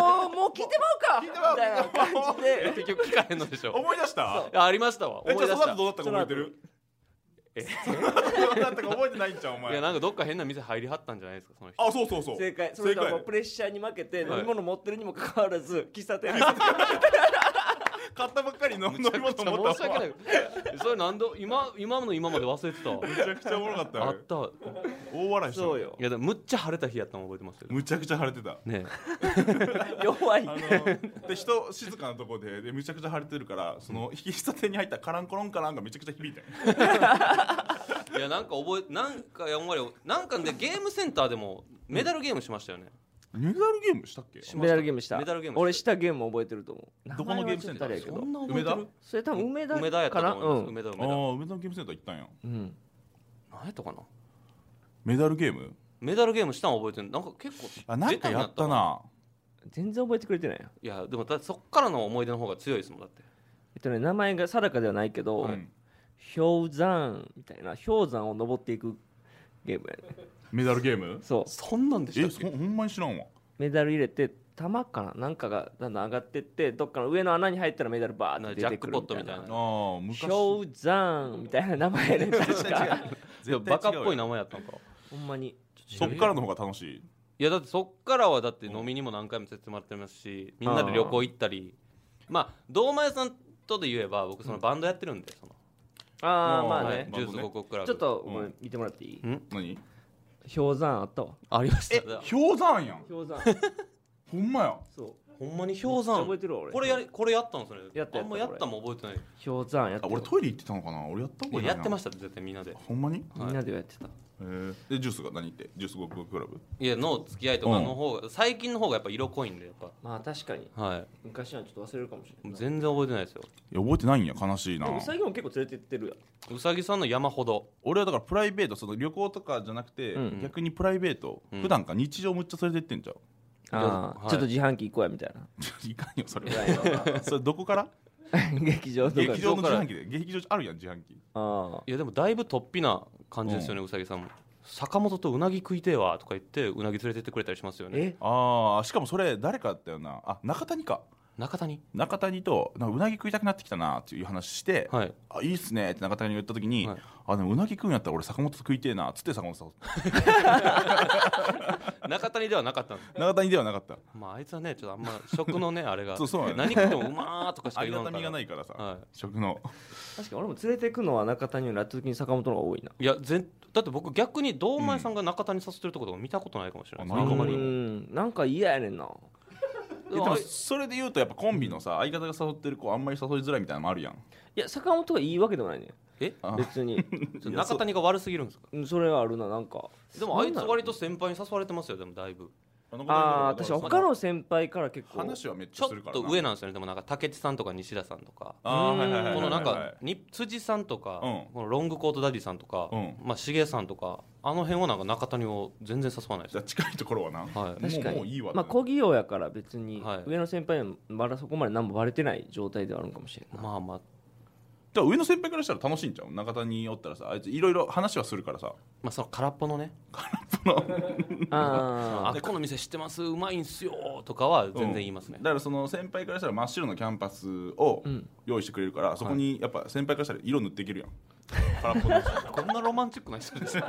Speaker 3: 聞いてまうかみ
Speaker 1: まう
Speaker 3: たいな感じで
Speaker 2: 結局聞かれんのでしょ
Speaker 1: 思い出した
Speaker 2: いやありましたわ
Speaker 1: えじ
Speaker 2: 思
Speaker 1: ゃあ
Speaker 2: い出
Speaker 1: その
Speaker 2: した
Speaker 1: 後どうだったか覚えてる
Speaker 2: え
Speaker 1: どうだったか覚えて ないんちゃうお
Speaker 2: いや
Speaker 1: 前あ
Speaker 2: なんかどっか変な店入りはったんじゃないですかその人
Speaker 1: そうそうそう
Speaker 3: 正解それと
Speaker 1: 正
Speaker 3: はもう
Speaker 1: 解
Speaker 3: プレッシャーに負けて
Speaker 2: はい
Speaker 3: 飲み物持ってるにもかかわらず喫茶店入って
Speaker 1: 買ったばっかりの飲み物持
Speaker 2: め
Speaker 1: った
Speaker 2: ちゃくち
Speaker 1: わ
Speaker 2: ゃ申し訳ないそれ何度今今の今まで忘れてたわ
Speaker 1: めちゃくちゃおもろかった
Speaker 2: あ
Speaker 1: よ
Speaker 2: ったわ
Speaker 1: 大笑いした
Speaker 3: そうよ
Speaker 2: いやでもむっちゃ晴れた日やったの覚えてますけど
Speaker 1: むちゃくちゃ晴れてた
Speaker 2: ね
Speaker 3: 弱い
Speaker 1: あので人静かなとこででむ ちゃくちゃ晴れてるからその喫茶店に入ったカランコロンカランがめちゃくちゃ響いたよ
Speaker 2: いやなんか覚えなんかやんわりなんかでゲームセンターでもメダルゲームしましたよね、
Speaker 1: メダルゲームしたっけ
Speaker 2: しま
Speaker 3: メダルゲームした
Speaker 2: メダルゲームした
Speaker 3: 俺したゲーム覚えてると思う
Speaker 1: どこのゲームセンター
Speaker 3: 名前はちょっ
Speaker 2: そ
Speaker 3: とあれやけど
Speaker 2: んな覚え
Speaker 1: 梅
Speaker 2: て
Speaker 1: 田
Speaker 2: る
Speaker 3: それ多分梅田
Speaker 2: 梅田やった
Speaker 3: かな
Speaker 2: と思い
Speaker 3: う
Speaker 2: ます
Speaker 3: ん
Speaker 2: 梅田
Speaker 1: ああ
Speaker 2: 梅田
Speaker 1: ー梅田のゲームセンター行ったんや
Speaker 3: うん
Speaker 2: 何やったかな
Speaker 1: メダルゲーム
Speaker 2: メダルゲームしたん覚えてるなんか結構
Speaker 1: あなんかやったな
Speaker 3: 全然覚えてくれてないよ
Speaker 2: いやでもだそっからの思い出の方が強いですもんだって
Speaker 3: えっとね名前が定かではないけど、
Speaker 1: うん
Speaker 3: 氷山みたいな氷山を登っていくゲームやね
Speaker 1: メダルゲーム
Speaker 3: そう
Speaker 2: そんなんで
Speaker 1: え
Speaker 2: したっ
Speaker 1: そ
Speaker 2: け
Speaker 1: ほんまに知らんわ
Speaker 3: メダル入れて玉かななんかがだんだん上がってってどっかの上の穴に入ったらメダルバーって出てくるみたい
Speaker 2: ジャックポットみたい
Speaker 3: な
Speaker 2: な
Speaker 1: ああ昔
Speaker 3: 氷山みたいな名前 やねん確か
Speaker 2: いやバカっぽい
Speaker 1: な
Speaker 2: 名前やったのか
Speaker 3: ほんまに
Speaker 1: そっからの方が楽しい
Speaker 2: いやだってそっからはだって飲みにも何回も連れてもらってますしみんなで旅行行ったりまあ堂前さんとで言えば僕そのバンドやってるんで、その
Speaker 3: ああ
Speaker 1: うん
Speaker 3: まあ
Speaker 2: は
Speaker 3: ね
Speaker 2: い、ジュース五国クラブ
Speaker 3: ちょっと
Speaker 1: うん
Speaker 3: これ見てもらっていい、
Speaker 2: ん
Speaker 1: 何
Speaker 3: 氷山あったわ
Speaker 2: ありまし
Speaker 1: え
Speaker 2: た
Speaker 1: 氷山やん
Speaker 3: 氷山
Speaker 1: ほんまや
Speaker 3: そ
Speaker 2: ほんまに
Speaker 3: う
Speaker 2: 氷山
Speaker 3: めっちゃ覚えてるわ俺
Speaker 2: これやりこれやったんですね
Speaker 3: やったやった
Speaker 2: あんまやったも覚えてない
Speaker 3: 氷山やっ
Speaker 1: あ
Speaker 3: た
Speaker 1: 俺トイレ行ってたのかな俺やった
Speaker 2: い
Speaker 1: こ
Speaker 2: や
Speaker 1: と
Speaker 2: やってま
Speaker 1: し
Speaker 2: した絶対みんなで
Speaker 1: たほんまに
Speaker 2: はい
Speaker 3: みんなでやってた、
Speaker 1: えーでジュースが何言ってジュースごっこクラブ
Speaker 2: いやの付き合いとかの方が、最近の方がやっぱ色濃いんでやっ
Speaker 3: まあ確かに
Speaker 2: ぱはい
Speaker 3: 昔はちょっと忘れるかもしれない
Speaker 2: 全然覚えてないですよ
Speaker 1: いや覚えてないんや悲しいな
Speaker 3: でも最近も結構連れてってるやん
Speaker 2: うさぎさんの山ほど
Speaker 1: 俺はだからプライベートその旅行とかじゃなくて、
Speaker 3: うん
Speaker 1: 逆にプライベート、
Speaker 2: うん
Speaker 1: 普段か日常むっちゃそれで行ってんじゃん
Speaker 3: あー、
Speaker 2: はい
Speaker 3: ちょっと自販機行こうやみたいな い
Speaker 1: かんよそれはそれどこから
Speaker 3: 劇場とか
Speaker 1: 劇場の自販機で劇場あるやん自販機
Speaker 3: あ
Speaker 2: いやでもだいぶ突飛な感じですよね、うさぎさんも坂本とうなぎ食いてえわとか言ってうなぎ連れてってくれたりしますよ
Speaker 3: ー
Speaker 2: ね
Speaker 3: え
Speaker 1: ああしかもそれ誰かだったよなあ中谷か
Speaker 2: 中谷
Speaker 1: 中谷となんかうなぎ食いたくなってきたなっていう話して、
Speaker 2: はい
Speaker 1: あいいっすねって中谷が言った時に、
Speaker 2: はい
Speaker 1: あでもうなぎ食うんやったら俺坂本と食いてえなっつって坂本さん
Speaker 2: 中谷ではなかったんです
Speaker 1: 中谷ではなかった
Speaker 2: まああいつはねちょっとあんま食のねあれが
Speaker 1: そうそうなんや
Speaker 2: 何食ってもうまーとかしか
Speaker 1: あり
Speaker 2: 言
Speaker 1: が
Speaker 2: わ
Speaker 1: た
Speaker 2: んから
Speaker 1: みがないからさ、
Speaker 2: は、
Speaker 1: 食の
Speaker 3: 確かに俺も連れてくのは中谷より圧倒的に坂本の方が多いない
Speaker 2: いやぜんだって僕逆に堂前さんが中谷させてるところとか見たことないかもしれないです
Speaker 1: あ
Speaker 2: あ
Speaker 1: なんいか
Speaker 2: ま
Speaker 1: も
Speaker 2: り
Speaker 1: ね
Speaker 3: んなんか嫌やねんな
Speaker 1: えでもそれで言うとやっぱコンビのさ相方が誘ってる子あんまり誘いづらいみたいなのもあるやん
Speaker 3: いや坂本がいいわけでもないね
Speaker 2: え
Speaker 1: あ
Speaker 3: 別に
Speaker 2: ちょ中谷が悪すぎるんですか
Speaker 3: うんそれはあるななんか
Speaker 2: でもあいつ
Speaker 3: なんだろう
Speaker 2: 割と先輩に誘われてますよでもだいぶ
Speaker 3: ああ私は他
Speaker 1: の
Speaker 3: の先輩から結構
Speaker 1: 話はめっち
Speaker 2: ちょ
Speaker 1: ゃするか
Speaker 2: っ
Speaker 1: ら
Speaker 2: と上
Speaker 1: な
Speaker 2: なんですよねでもなんか竹地さんとか西田さんとか
Speaker 1: あーはいはいはいはい
Speaker 2: このなん
Speaker 1: はいは
Speaker 2: か
Speaker 1: い
Speaker 2: に辻さんとか、
Speaker 1: うん
Speaker 2: このロングコートダディさんとか、
Speaker 1: うん
Speaker 2: まあしげさんとかあの辺はなんか中谷を全然誘わないです
Speaker 1: じゃあ近いところはな
Speaker 2: はい
Speaker 1: も
Speaker 3: 確か
Speaker 1: う
Speaker 3: に
Speaker 1: もういいわ
Speaker 3: まあ
Speaker 1: ってな
Speaker 3: 小器用やから別に
Speaker 2: はい
Speaker 3: 上の先輩にもまだそこまで何もバレてない状態ではあるのかもしれ んない
Speaker 2: まあまあ、
Speaker 1: だから上の先輩からしたら楽しいんちゃう中田におったらさあいついろいろ話はするからさ
Speaker 2: まあ、その空っぽのね「あ
Speaker 3: あ
Speaker 2: ここの店知ってますうまいんすよ」とかは全然言いますね、
Speaker 1: だからその先輩からしたら真っ白のキャンパスを
Speaker 3: ん
Speaker 1: 用意してくれるから、そこにやっぱ先輩からしたら色塗っていける やん、空っぽの
Speaker 2: こんなロマンチックな人ですね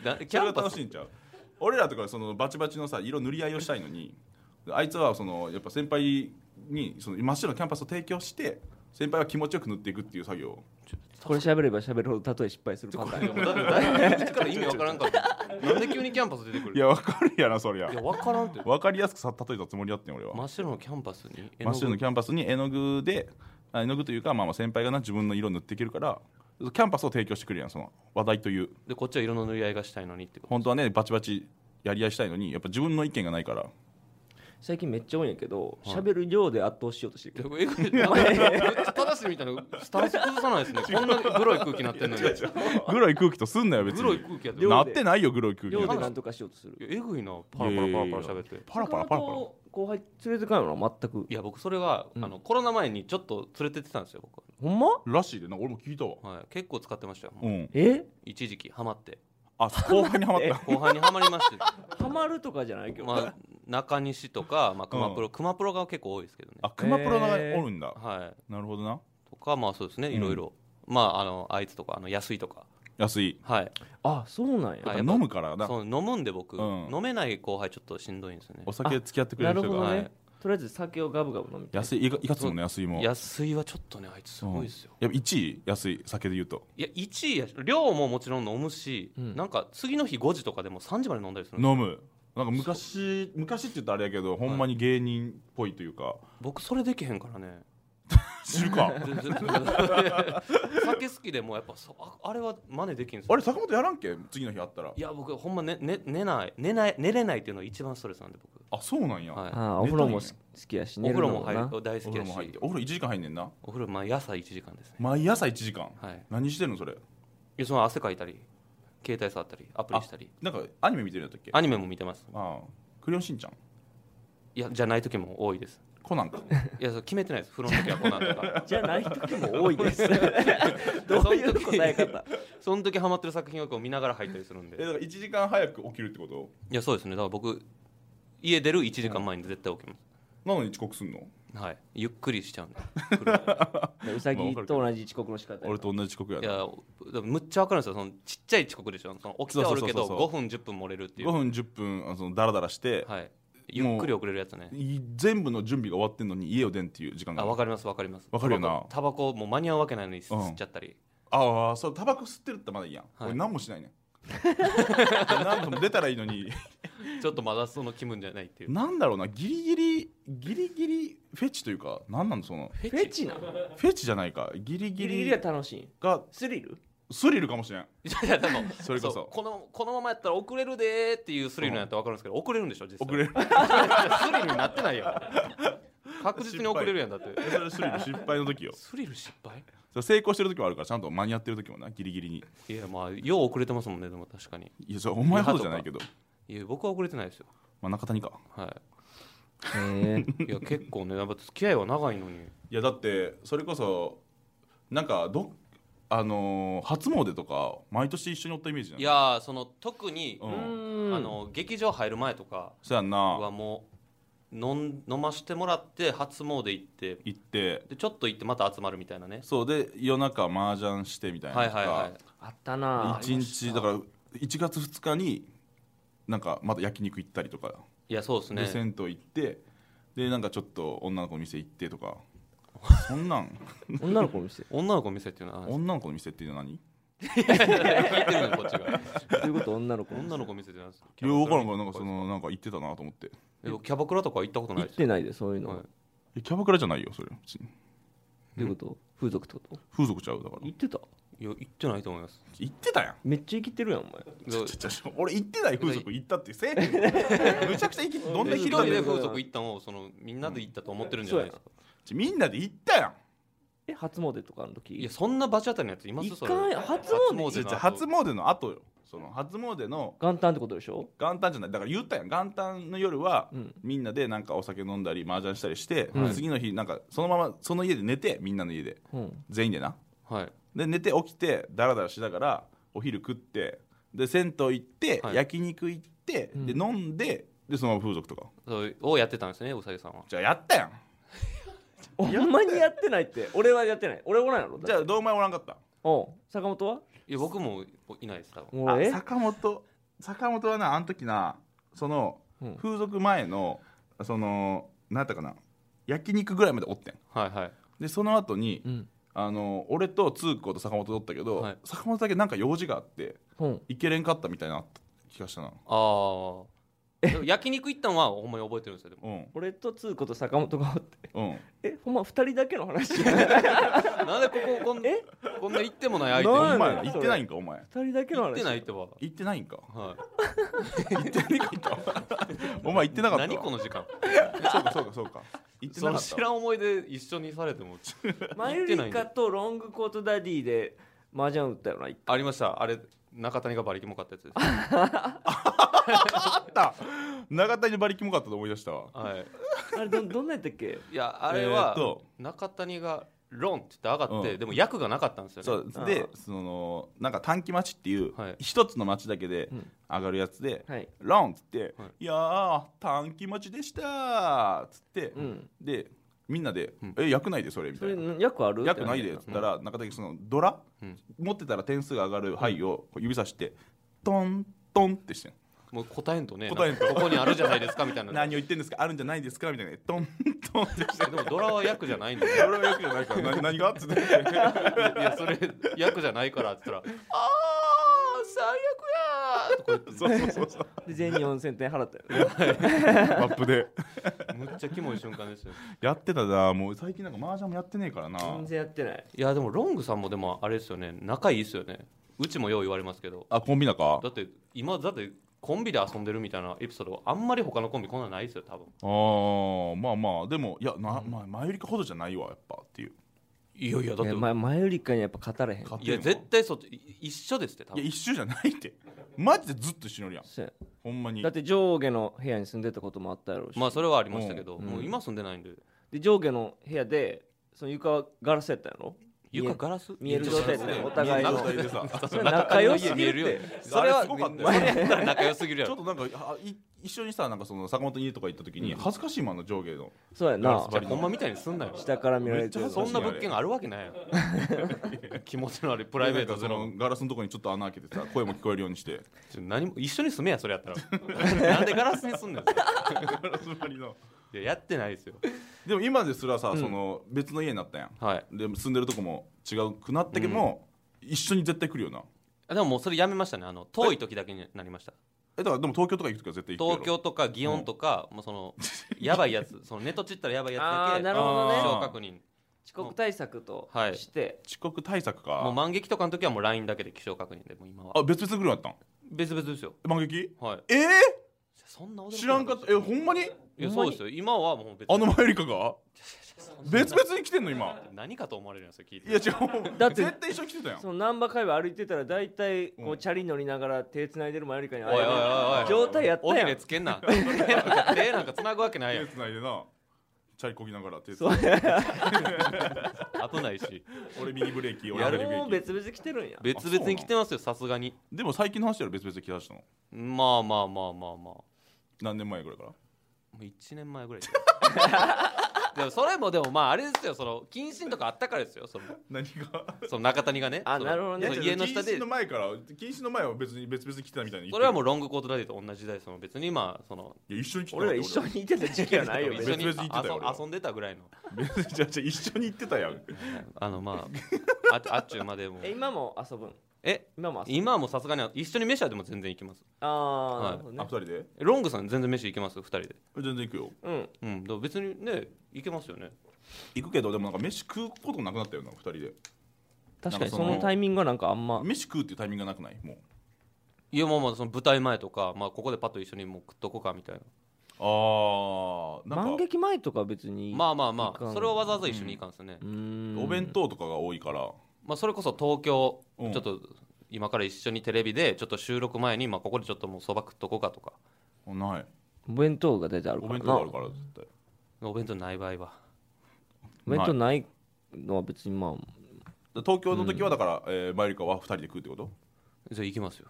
Speaker 2: だキ
Speaker 1: キ
Speaker 2: ャ
Speaker 1: ャ
Speaker 2: ン
Speaker 1: ン
Speaker 2: パ
Speaker 1: 楽
Speaker 2: ス
Speaker 1: しいんちゃう俺らとかそのバチバチのさ色塗り合いをしたいのにあいつはそのやっぱ先輩にその真っ白のキャンパスを提供して先輩は気持ちよく塗っていくっていう作業を
Speaker 3: あこれ喋れば喋るほど例え失敗するパターン
Speaker 2: だだいぶから意味わからんかったなんで急にキャンパス出てくる
Speaker 1: いやわかるやなそりゃ
Speaker 2: いやわからんって
Speaker 1: わかりやすくさ例えたつもりだってん俺は
Speaker 2: 真っ白のキャンパスに
Speaker 1: 真
Speaker 2: 絵の
Speaker 1: っ白の
Speaker 2: 具
Speaker 1: キャンパスに絵の具であ絵の具というか、まあ、まあ先輩がな自分の色塗っていけるからキャンパスを提供してくるやんその話題という
Speaker 2: でこっちは色の塗り合いがしたいのにってこと
Speaker 1: 本当はねバチバチやり合いしたいのにやっぱ自分の意見がないから
Speaker 3: 最近めっちゃ多いんやけど喋る量で圧倒しようとしてくる
Speaker 2: えぐいなんか 正しいみたいなスタンス崩さないですねこんなグロい空気になってんのに
Speaker 1: グロい空気とすんなよ別
Speaker 2: グロい
Speaker 1: に
Speaker 2: 空気やでい
Speaker 3: 量
Speaker 2: や
Speaker 1: なってないよグロい空気
Speaker 3: 量で
Speaker 1: な
Speaker 3: なんん
Speaker 1: て
Speaker 3: とかしようとする
Speaker 2: えぐいなパラパラパラパラ喋って
Speaker 1: パラパラパラパラ
Speaker 3: 坂本後輩連れてかんのな全く
Speaker 2: いや僕それは、
Speaker 3: うん
Speaker 2: あのコロナ前にちょっと連れてってたんですよ僕
Speaker 3: ほんま
Speaker 1: らしいでな俺も聞いたわ
Speaker 2: は、はい、結構使ってましたよ、
Speaker 1: うん
Speaker 3: え
Speaker 2: 一時期ハマって
Speaker 1: あ後輩にハマった
Speaker 2: 後輩にハマりまして
Speaker 3: ハマるとかじゃないけど、
Speaker 2: まあ、中西とか、まあ、熊プロ、熊プロが結構多いですけどね
Speaker 1: あ熊プロがおるんだ
Speaker 2: は
Speaker 1: なるほどない
Speaker 2: とかまあそうですね
Speaker 1: ん
Speaker 2: いろいろ、まああのあいつとかあの安いとか
Speaker 1: 安い
Speaker 2: はい
Speaker 3: あそうなん
Speaker 1: やっ
Speaker 3: や
Speaker 1: ぱ飲むからな
Speaker 2: そう飲むんで僕、
Speaker 1: うん
Speaker 2: 飲めない後輩ちょっとしんどいんですよね
Speaker 1: お酒付き合ってくれ
Speaker 3: な
Speaker 1: る
Speaker 3: る
Speaker 1: 人
Speaker 3: ほど
Speaker 1: が
Speaker 3: ね、
Speaker 2: はい
Speaker 3: とりあえず酒をガブガブ飲みたい
Speaker 1: 安いいかいかつもんね安いもやっ
Speaker 2: 安いはちょっとねあいつすごいですよ、
Speaker 1: ぱ1位安い酒で言うと
Speaker 2: いや1位やし量ももちろん飲むし、
Speaker 3: うん
Speaker 2: なんか次の日5時とかでも3時まで飲んだりするんですよ
Speaker 1: 飲むなんか昔昔って言ったらあれやけどほんまに芸人っぽいというか、
Speaker 2: 僕それできへんからね
Speaker 1: 知る か
Speaker 2: 酒好きでもやっぱそああれは真似できんすよ
Speaker 1: あれ坂本やらんけ次の日あったら
Speaker 2: いや僕ほんま寝寝寝ない寝ない寝れないっていうのが一番ストレスなんで僕
Speaker 1: あそうなんや、
Speaker 2: はい
Speaker 3: あーお風呂も好好きやし
Speaker 2: お
Speaker 3: 寝
Speaker 2: 風
Speaker 3: るの
Speaker 2: 呂
Speaker 3: も
Speaker 2: も入
Speaker 3: な
Speaker 2: る大
Speaker 1: お
Speaker 2: 好き
Speaker 1: 風呂
Speaker 2: や
Speaker 1: も入って
Speaker 2: し
Speaker 1: お風呂1時間入んねんな
Speaker 2: お風呂まあ朝1時間ですね
Speaker 1: 毎朝1時間
Speaker 2: はいい
Speaker 1: 何してんのそれ
Speaker 2: やその汗かいたり携帯触ったりアプリしたり
Speaker 1: なんかアニメ見てるんだったっけあ
Speaker 2: アニメも見てます
Speaker 1: あクレヨンしんちゃん
Speaker 2: いやじゃない時も多いです
Speaker 1: コ ナンか
Speaker 2: いやそれ決めてないです風呂の時はこうなんとか
Speaker 3: じゃない時も多いです どういう答え方
Speaker 2: その時ハマってる作品をこう見ながら入ったりするんで
Speaker 1: えだから1時間早く起きるってこと
Speaker 2: いやそうですねだから僕家出る1時間前に絶対起きます、
Speaker 1: なのに遅刻すんの
Speaker 2: はいゆっくりしちゃうんで
Speaker 3: うさぎと同じ遅刻の仕方や
Speaker 1: 俺と同じ遅刻や
Speaker 2: い
Speaker 1: な
Speaker 2: やでもむっちゃ分かるんですよそのちっちゃい遅刻でしょその起きてはおるけど
Speaker 1: そうそうそうそう
Speaker 2: 5分10分漏れるっていう
Speaker 1: 5分10分あそのダラダラして、
Speaker 2: はいゆっくり遅れるやつね
Speaker 1: い全部の準備が終わってんのに家を出んっていう時間が
Speaker 2: あ分かります分かります
Speaker 1: わかるよな
Speaker 2: タバコタバコもう間に合うわけないのに吸
Speaker 1: うん
Speaker 2: 吸っちゃったり、
Speaker 1: ああそうタバコ吸ってるってまだいいやん、
Speaker 2: はい
Speaker 1: 俺何もしないね ん何とも出たらいいのに
Speaker 2: ちょっとまだその気分じゃないっていう
Speaker 1: なんだろうなギリギリギリギリフェチというか何なんその
Speaker 2: フ
Speaker 3: フェチなの
Speaker 1: フェチじゃないかギリギ
Speaker 3: ギリギリ
Speaker 1: リ
Speaker 3: は楽しい
Speaker 1: が
Speaker 3: スリル
Speaker 1: スリルかもしれん
Speaker 2: いやいやでも
Speaker 1: それこそ
Speaker 2: うこのこのままやったら遅れるでーっていうスリルやったら分かるんですけど、遅れるんでしょ実際
Speaker 1: 遅れる
Speaker 2: スリルになってないよ確実に遅れるやんだって
Speaker 1: それスリル失敗の時よ
Speaker 2: スリル失敗
Speaker 1: それ成功してる時もあるからちゃんと間に合ってる時もなギリギリに
Speaker 2: いやまあよう遅れてますもんねでも確かに
Speaker 1: いやそれお前ほどじゃないけど、
Speaker 2: いや僕は遅れてないですよ
Speaker 1: まあ、中谷か
Speaker 2: は
Speaker 3: へ
Speaker 2: いいや結構ねやっぱ付き合いは長いのに
Speaker 1: いやだってそれこそなんかどあのー初詣とか毎年一緒におったイメージじゃん
Speaker 2: いやーその特に、
Speaker 1: う
Speaker 3: え
Speaker 1: ん
Speaker 2: あの劇場入る前とか
Speaker 1: そうやんな
Speaker 2: はもう飲ん飲ましてもらって初詣行って
Speaker 1: 行って
Speaker 2: でちょっと行ってまた集まるみたいなね
Speaker 1: そうで夜中麻雀してみたいな
Speaker 2: はい
Speaker 1: のとか
Speaker 2: はいはい
Speaker 3: あったな
Speaker 1: 1日だから1月2日になんかまた焼肉行ったりとか、
Speaker 2: いやそうです
Speaker 1: で
Speaker 2: ね
Speaker 1: 銭湯行ってでなんかちょっと女の子の店行ってと かそんなん
Speaker 3: 女の子の店
Speaker 2: 女の子見せっていうのは
Speaker 1: 女の子の店っていうのは何
Speaker 2: 聞いてるのこっち が
Speaker 3: どういうこと女の子
Speaker 2: 女
Speaker 3: の
Speaker 2: の子見せてなんですか
Speaker 1: いや分からんからなんかそのなんか行ってたなと思って
Speaker 2: えキャバクラとか行ったことな
Speaker 3: 行
Speaker 2: い
Speaker 3: っ
Speaker 2: ですよ
Speaker 3: てないでそういうの
Speaker 2: はい
Speaker 3: ど
Speaker 1: えキャバクラじゃないよそれ別に
Speaker 3: ういうこと風俗ってこと
Speaker 1: 風俗ちゃうだから
Speaker 3: 行ってた
Speaker 2: いや行ってないと思います
Speaker 1: 行ってたやん
Speaker 3: めっちゃ生きてるやんお前
Speaker 1: ちょちょちょ俺行ってない風俗行ったってせえへんむちゃくちゃ行きどんな
Speaker 2: で
Speaker 1: に
Speaker 2: 一
Speaker 1: 広
Speaker 2: 人
Speaker 1: い
Speaker 2: で
Speaker 1: ねん
Speaker 2: 風俗行ったのをそのみんなで行ったと思ってるんじゃないですか、
Speaker 1: ちみんなで行ったやん
Speaker 3: え初詣とかの時
Speaker 2: いやそんなバチ当たりのやついます
Speaker 3: 行
Speaker 2: それ
Speaker 3: かんや初
Speaker 2: 初
Speaker 3: 詣
Speaker 2: 詣
Speaker 1: ちょちょ
Speaker 2: の
Speaker 1: 初
Speaker 2: 後
Speaker 1: 詣の後よその初詣の
Speaker 3: 元旦ってことでしょ
Speaker 1: 元旦じゃないだから言ったやん元旦の夜は
Speaker 3: うん
Speaker 1: みんなでなんかお酒飲んだり麻雀したりして、
Speaker 2: はい
Speaker 1: 次の日なんかそのままその家で寝てみんなの家で
Speaker 3: うん
Speaker 1: 全員でな
Speaker 2: はい
Speaker 1: で寝て起きてダラダラしながらお昼食ってで銭湯行って、
Speaker 2: はい
Speaker 1: 焼肉行って、
Speaker 3: うん
Speaker 1: で飲んででそのまま風俗とか
Speaker 2: そうをやってたんですねうさぎさんは
Speaker 1: じゃあやったやん
Speaker 3: ほんまにやってないって俺はやってない俺おらんやろ
Speaker 1: じゃあどうお前おらんかった
Speaker 3: おう坂本はい
Speaker 2: や僕もいないです多分
Speaker 3: もう
Speaker 1: あ
Speaker 3: え
Speaker 1: 坂本坂本はなあの時なその
Speaker 3: うん
Speaker 1: 風俗前のその何やったかな焼肉ぐらいまでおってん
Speaker 2: はいはい
Speaker 1: でその後に、
Speaker 3: うん
Speaker 1: あの俺と通子と坂本だったけど、
Speaker 2: はい
Speaker 1: 坂本だけなんか用事があって
Speaker 3: うん
Speaker 1: 行けれんかったみたいな気がしたな
Speaker 2: ああでも焼肉行ったんはほんまに覚えてるんですよ でも
Speaker 1: うん
Speaker 3: 俺と通子と坂本がおって
Speaker 1: うん
Speaker 3: えほんま二人だけの話
Speaker 2: なんでこここん
Speaker 3: え
Speaker 2: こんな行ってもない
Speaker 1: お
Speaker 2: 相
Speaker 3: な
Speaker 2: 手
Speaker 3: ん
Speaker 2: に
Speaker 3: や
Speaker 1: 前行ってないんかお前
Speaker 3: 二人だけの話
Speaker 2: 行ってないってばは
Speaker 1: 行ってないんか
Speaker 2: い
Speaker 1: 行ってないんかお前行ってなかったわ
Speaker 2: 何この時間
Speaker 1: そうかそうかそうか行って
Speaker 2: そ
Speaker 1: なか
Speaker 2: の
Speaker 1: った
Speaker 2: 知
Speaker 1: わ
Speaker 2: らん思いで一緒にされても
Speaker 3: マユリカとロングコートダディで麻雀打ったよな一
Speaker 2: ありましたあれ中谷が馬力もかったやつです
Speaker 1: あった永田に馬力もかったと思い出したわ
Speaker 2: はい
Speaker 3: 回 あれどどんなやったっけ
Speaker 2: いやあれは
Speaker 1: えーっと
Speaker 2: 中谷がロンって言って上がって、
Speaker 1: うん
Speaker 2: でも役がなかったんですよね
Speaker 1: そう
Speaker 3: あー
Speaker 1: でそのなんか短期待ちっていう
Speaker 2: はい
Speaker 1: 一つの町だけで
Speaker 3: うん
Speaker 1: 上がるやつで
Speaker 3: はい
Speaker 1: 「ロン!」っつって
Speaker 2: は
Speaker 1: 「いやー短期待ちでした!」っつって
Speaker 3: うん
Speaker 1: でみんなで
Speaker 2: うん
Speaker 1: 「え役ないでそれ」み
Speaker 3: そ
Speaker 1: たい
Speaker 3: れ
Speaker 1: な。
Speaker 3: 役ある
Speaker 1: 役ない
Speaker 3: って
Speaker 1: でっつったら中谷そのドラ
Speaker 2: うん
Speaker 1: 持ってたら点数が上がる牌をこう指さしてトントンってしてん
Speaker 2: もう答えんとね
Speaker 1: 答えんと
Speaker 2: なんかここにあるじゃないですかみたい な
Speaker 1: 何を言ってんですかあるんじゃないですかみたいなト ントンってして
Speaker 2: でもドラは役じゃないんだよ
Speaker 1: 俺は役じゃないから何何がっつって
Speaker 2: いやそれ役じゃないからって言ったら「ああ最悪やとか言って
Speaker 1: そう そうそうそう
Speaker 3: で全員に4000点払ったよね
Speaker 1: マップで
Speaker 2: むっちゃキモい瞬間ですよ
Speaker 1: やってたなもう最近なんか麻雀もやってねえからな
Speaker 3: 全然やってない
Speaker 2: いやでもロングさんもでもあれですよね仲いいですよねうちもよう言われますけど
Speaker 1: あコンビ仲あ
Speaker 2: だって今だってコンビで遊んでるみたいなエピソードあんまり他のコンビこんなんないですよ多分
Speaker 1: ーまあまあでもいやな、まあ、前よりかほどじゃないわやっぱっていう
Speaker 2: いやいやだって
Speaker 3: いや前前よりかにやっぱ勝たれへん
Speaker 1: 勝
Speaker 2: いや絶対そっちい一緒ですって多
Speaker 1: いや
Speaker 2: 分
Speaker 1: 一緒じゃないってマジでずっと一緒におるやん
Speaker 3: そうや
Speaker 1: ほんまに
Speaker 3: だって上下の部屋に住んでたこともあったやろうし、
Speaker 2: まあそれはありましたけど、
Speaker 3: うん
Speaker 2: もう今住んでないんで
Speaker 3: で上下の部屋でその床はガラスやったんやろ
Speaker 2: 床ガラス
Speaker 3: 見える状態ですねお互い
Speaker 1: の
Speaker 3: の
Speaker 1: 状態でさ
Speaker 3: それ仲良すぎ
Speaker 2: 見
Speaker 3: るって
Speaker 2: えるよそ
Speaker 1: あ
Speaker 2: れ
Speaker 1: れ
Speaker 2: は
Speaker 1: すごかった
Speaker 2: そ
Speaker 1: よ
Speaker 2: れやったら仲良すぎるや
Speaker 1: ちょっ
Speaker 2: ろ
Speaker 1: となんかあい一緒にさなんかその坂本家とか行った時に恥ずかしいもんあの上下の
Speaker 3: そうやな
Speaker 2: じゃあほんまみたいにすんなよ
Speaker 3: 下から見られて
Speaker 1: め
Speaker 3: る
Speaker 1: っちゃ
Speaker 2: そんな物件あるわけないよ気持ちの悪いプライベート
Speaker 1: そ
Speaker 2: ゼロ
Speaker 1: のガラスのとこにちょっと穴開けてさ声も聞こえるようにして
Speaker 2: ちょ何も一緒に住めやそれやったら なんでガラスにすんねんそれ
Speaker 1: ガラス張りの
Speaker 2: いややってないですよ
Speaker 1: でも今ですらさ、その別の家になったやん
Speaker 2: はい
Speaker 1: で住んでるとこも違うくなったけども、一緒に絶対来るよな
Speaker 2: あでももうそれやめましたねあの遠い時だけになりました
Speaker 1: えだからでも東京とか行く時は絶対行くやろ
Speaker 2: 東京とか祇園とか、もうそのやばいやつそのネットチったらやばいやつだ
Speaker 3: あ
Speaker 2: け
Speaker 3: ーなるほどね
Speaker 2: 視聴確認
Speaker 3: 遅刻対策と
Speaker 2: はい
Speaker 3: して、
Speaker 1: 遅刻対策
Speaker 2: もう
Speaker 1: か
Speaker 2: 満劇とかの時はもう LINE だけで気象確認でもう今は
Speaker 1: あ別々に来るようになっ
Speaker 2: 別々ですよ
Speaker 1: たん満劇
Speaker 2: はい
Speaker 1: えー、
Speaker 2: そんな驚く
Speaker 1: 知らんかったえほんまに
Speaker 2: いやそうですよ今はもう別
Speaker 1: あの前よりかが
Speaker 2: そんな
Speaker 1: 別々に来てんの今
Speaker 2: 何かと思われるんですよ聞いて
Speaker 1: いや違う
Speaker 3: だって
Speaker 1: 絶対一緒に来てたやん
Speaker 3: その難波界隈歩いてたら大体こう、
Speaker 1: うん
Speaker 3: チャリ乗りながら手繋いでる前よりかに
Speaker 2: おいおいおいおい
Speaker 3: 状態やった
Speaker 2: おひ
Speaker 3: や
Speaker 2: れ
Speaker 3: ん
Speaker 2: つけんな手なんか手なんかつなぐわけないや
Speaker 1: 手
Speaker 2: ん
Speaker 1: つないでなチャリこぎながら手つ
Speaker 3: そう
Speaker 2: 危な いし
Speaker 1: 俺ミニブレーキ俺
Speaker 2: や
Speaker 1: ハ
Speaker 2: る
Speaker 1: ンドルブレ
Speaker 3: も
Speaker 1: ー
Speaker 3: う
Speaker 1: キ
Speaker 3: 別々来てるんや
Speaker 2: 別々に来てますよさすがに
Speaker 1: でも最近の話やろ別々に来だしたの
Speaker 2: まあまあまあまあまあ
Speaker 1: 何年前ぐらいから
Speaker 2: もう1年前ぐ らいでもそれもでもまああれですよその謹慎とかあったからですよその
Speaker 1: 何が
Speaker 2: その中谷がね
Speaker 3: あ
Speaker 2: その
Speaker 3: なるほどね
Speaker 2: その家の下
Speaker 1: 禁
Speaker 2: で
Speaker 1: 止の前から禁止の前は別に別々に来てたみたいな
Speaker 2: それはもうロングコートダディと同じ時代その別にまあその
Speaker 1: ういや一緒に来てた
Speaker 3: 俺ら一緒にいてた時期はないよ
Speaker 2: 一
Speaker 3: 別
Speaker 2: 緒
Speaker 3: に
Speaker 2: に
Speaker 1: 別々に行ってたよ
Speaker 2: あ
Speaker 1: 俺は
Speaker 2: 遊遊んでたぐらいの
Speaker 1: 別に じゃあじゃあ一緒に行ってたやん
Speaker 2: あのま あああっちゅうまでも
Speaker 3: え今も遊ぶん
Speaker 2: え
Speaker 3: 今も遊ぶん
Speaker 2: 今はもうさすがに一緒に飯はでも全然行きます
Speaker 3: あー、
Speaker 2: はい
Speaker 3: なるほど
Speaker 1: あ二
Speaker 3: ね
Speaker 1: 人で
Speaker 2: ロングさん全然飯行けます2人で
Speaker 1: 全然行くよ
Speaker 3: うん
Speaker 2: うんだから別にね行けますよね
Speaker 1: 行くけどでもなんか飯食うことなくなったよな二人で
Speaker 3: 確かに
Speaker 1: な
Speaker 3: そ
Speaker 1: んかその
Speaker 3: のタイミングはなんかあんま
Speaker 1: 飯食うっていうタイミングがなくないもう
Speaker 2: いやまあまあその舞台前とかまあここでパッと一緒にもう食っとこうかみたいな
Speaker 1: あーなん
Speaker 3: 満
Speaker 1: か
Speaker 3: 劇前とか別に
Speaker 2: まあまあま
Speaker 3: いか
Speaker 2: あ
Speaker 3: ん
Speaker 2: それはわざわざ一緒に行かんですよね
Speaker 3: うーん
Speaker 1: お弁当とかが多いから
Speaker 2: まあ、それこそ東京、
Speaker 1: うん
Speaker 2: ちょっと今から一緒にテレビでちょっと収録前に、まあ、ここでちょっともうそば食っとこうかとか
Speaker 1: あない
Speaker 3: お弁当が出てある
Speaker 1: お
Speaker 3: から
Speaker 1: 弁
Speaker 3: な
Speaker 1: 当があるから絶対
Speaker 2: お弁当ない場合は
Speaker 3: お弁当ないのは別にまあ
Speaker 1: で東京の時はだから、えー、マユリカは二人で食うってこと
Speaker 2: じゃあ行きますよ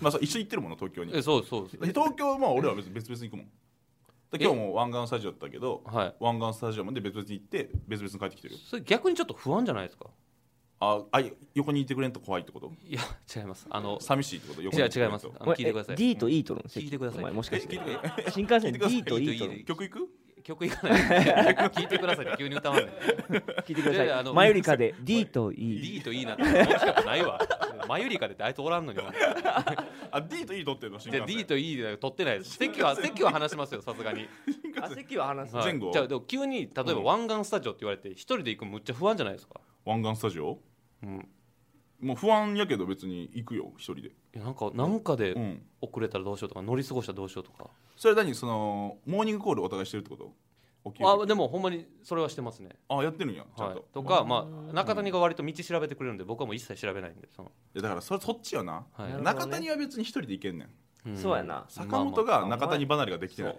Speaker 1: まあそう一緒に行ってるもんな東京に
Speaker 2: えそうそうです
Speaker 1: 東京はまあ俺らは別別々に行くもんで
Speaker 2: え
Speaker 1: 今日も湾岸スタジオだったけど
Speaker 2: はい
Speaker 1: 湾岸スタジオまで別々に行って別々に帰ってきてるよ
Speaker 2: それ逆にちょっと不安じゃないですか
Speaker 1: ああい横にいてくれんと怖いってこと
Speaker 2: いや違いますあの
Speaker 1: 寂しいってこと横
Speaker 2: 違
Speaker 1: に
Speaker 2: う
Speaker 1: てく
Speaker 2: 違
Speaker 1: れ
Speaker 2: い
Speaker 1: ん
Speaker 2: ます
Speaker 1: と
Speaker 2: あの聞いてくださ
Speaker 3: お前え
Speaker 2: い
Speaker 3: D と E との席
Speaker 2: 聞いてください
Speaker 3: お前もしかして
Speaker 1: え聞いてくだ
Speaker 3: 新幹
Speaker 1: 聞い
Speaker 3: 線
Speaker 1: てください
Speaker 3: D と E との
Speaker 1: 曲行く
Speaker 2: 曲いかない聞いてくださいって急に歌わない
Speaker 3: 聞いてく
Speaker 2: い
Speaker 3: だ
Speaker 2: やいやあ
Speaker 3: さ
Speaker 2: の
Speaker 3: いマユリ カで D と E
Speaker 2: D と E なんて面白くないわマユリカで大統領おらんのに
Speaker 1: あ D と E 取ってるの新
Speaker 2: じゃあ
Speaker 1: 幹
Speaker 2: D
Speaker 1: 線
Speaker 2: と E で取ってないです席は席は話しますよさすがに
Speaker 3: あ席は話す
Speaker 2: はい
Speaker 1: 前後
Speaker 2: じゃあでも急に例えば湾岸スタジオって言われて一人で行くのむっちゃ不安じゃないですか
Speaker 1: 湾岸スタジオ
Speaker 2: うん
Speaker 1: もう不安やけど別に行くよ一人で
Speaker 2: いやなんかなんか
Speaker 1: う
Speaker 2: で
Speaker 1: ん
Speaker 2: 遅れたらどうしようとか乗り過ごしたらどうしようとか
Speaker 1: それは何そのモーニングコールお互いしてるってこと起きる
Speaker 2: あでもほんまにそれはしてますね
Speaker 1: あやってるんやちゃ
Speaker 2: は
Speaker 1: ん
Speaker 2: い
Speaker 1: と、
Speaker 2: とかまあ中谷が割と道調べてくれるんで僕はもう一切調べないんでその
Speaker 1: いやだからそそっちよな、
Speaker 2: はいな
Speaker 3: るほどね
Speaker 1: 中谷は別に一人で行けんねん
Speaker 2: ん
Speaker 3: そうやな
Speaker 1: 坂本
Speaker 2: まあ
Speaker 1: が中谷離れができてない、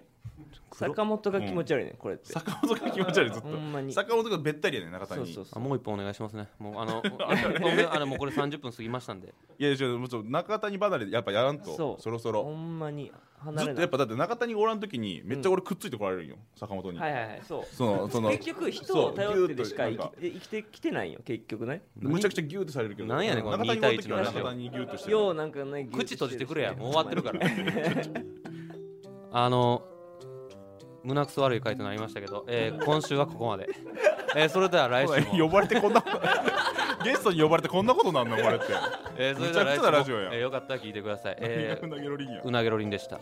Speaker 3: 坂本が気持ち悪いねこれって
Speaker 1: 坂本が気持ち悪いずっ
Speaker 3: ほんま
Speaker 1: と
Speaker 3: に
Speaker 1: 坂本がべったりやねん中
Speaker 3: そ
Speaker 1: 谷
Speaker 3: う
Speaker 1: に
Speaker 3: そう
Speaker 2: あ
Speaker 3: そう
Speaker 2: もう一本お願いしますねもうあ のごめんあのもうこれ30分過ぎましたんで
Speaker 1: いやいやもうちょっと中谷離れでやっぱやらんと
Speaker 3: そ
Speaker 1: そうろそ
Speaker 3: ほ
Speaker 1: ろ
Speaker 3: んまに離
Speaker 1: ずっと
Speaker 3: れな
Speaker 1: や
Speaker 3: い
Speaker 1: っぱだって中谷がおらん時にめっちゃ俺くっついてこられるんよ、坂本に、
Speaker 3: はいはいはいそう
Speaker 1: そのその
Speaker 3: 結局人を頼ってでしか
Speaker 1: そう
Speaker 3: 生きて生きてきてないよ結局ね
Speaker 1: むちゃくちゃギューってされるけど
Speaker 2: なんやねんこの
Speaker 1: 中谷がおる時は
Speaker 3: 二対一の
Speaker 1: 中谷にギューっとしてる
Speaker 3: ようなんかね
Speaker 2: 口閉じてくれやもう終わってるからあの胸くそ悪い回と なりましたけど、えー今週はここまで、えーそれでは来週も
Speaker 1: 呼ばれてこんな ゲストに呼ばれてこんなことなんのこれって
Speaker 2: えー、それでは
Speaker 1: めちゃく
Speaker 2: 来週も
Speaker 1: ちゃなラジオやん
Speaker 2: えーよかったら聞いてください。え
Speaker 1: うなぎロリンや
Speaker 2: ー、うなげろりんでした。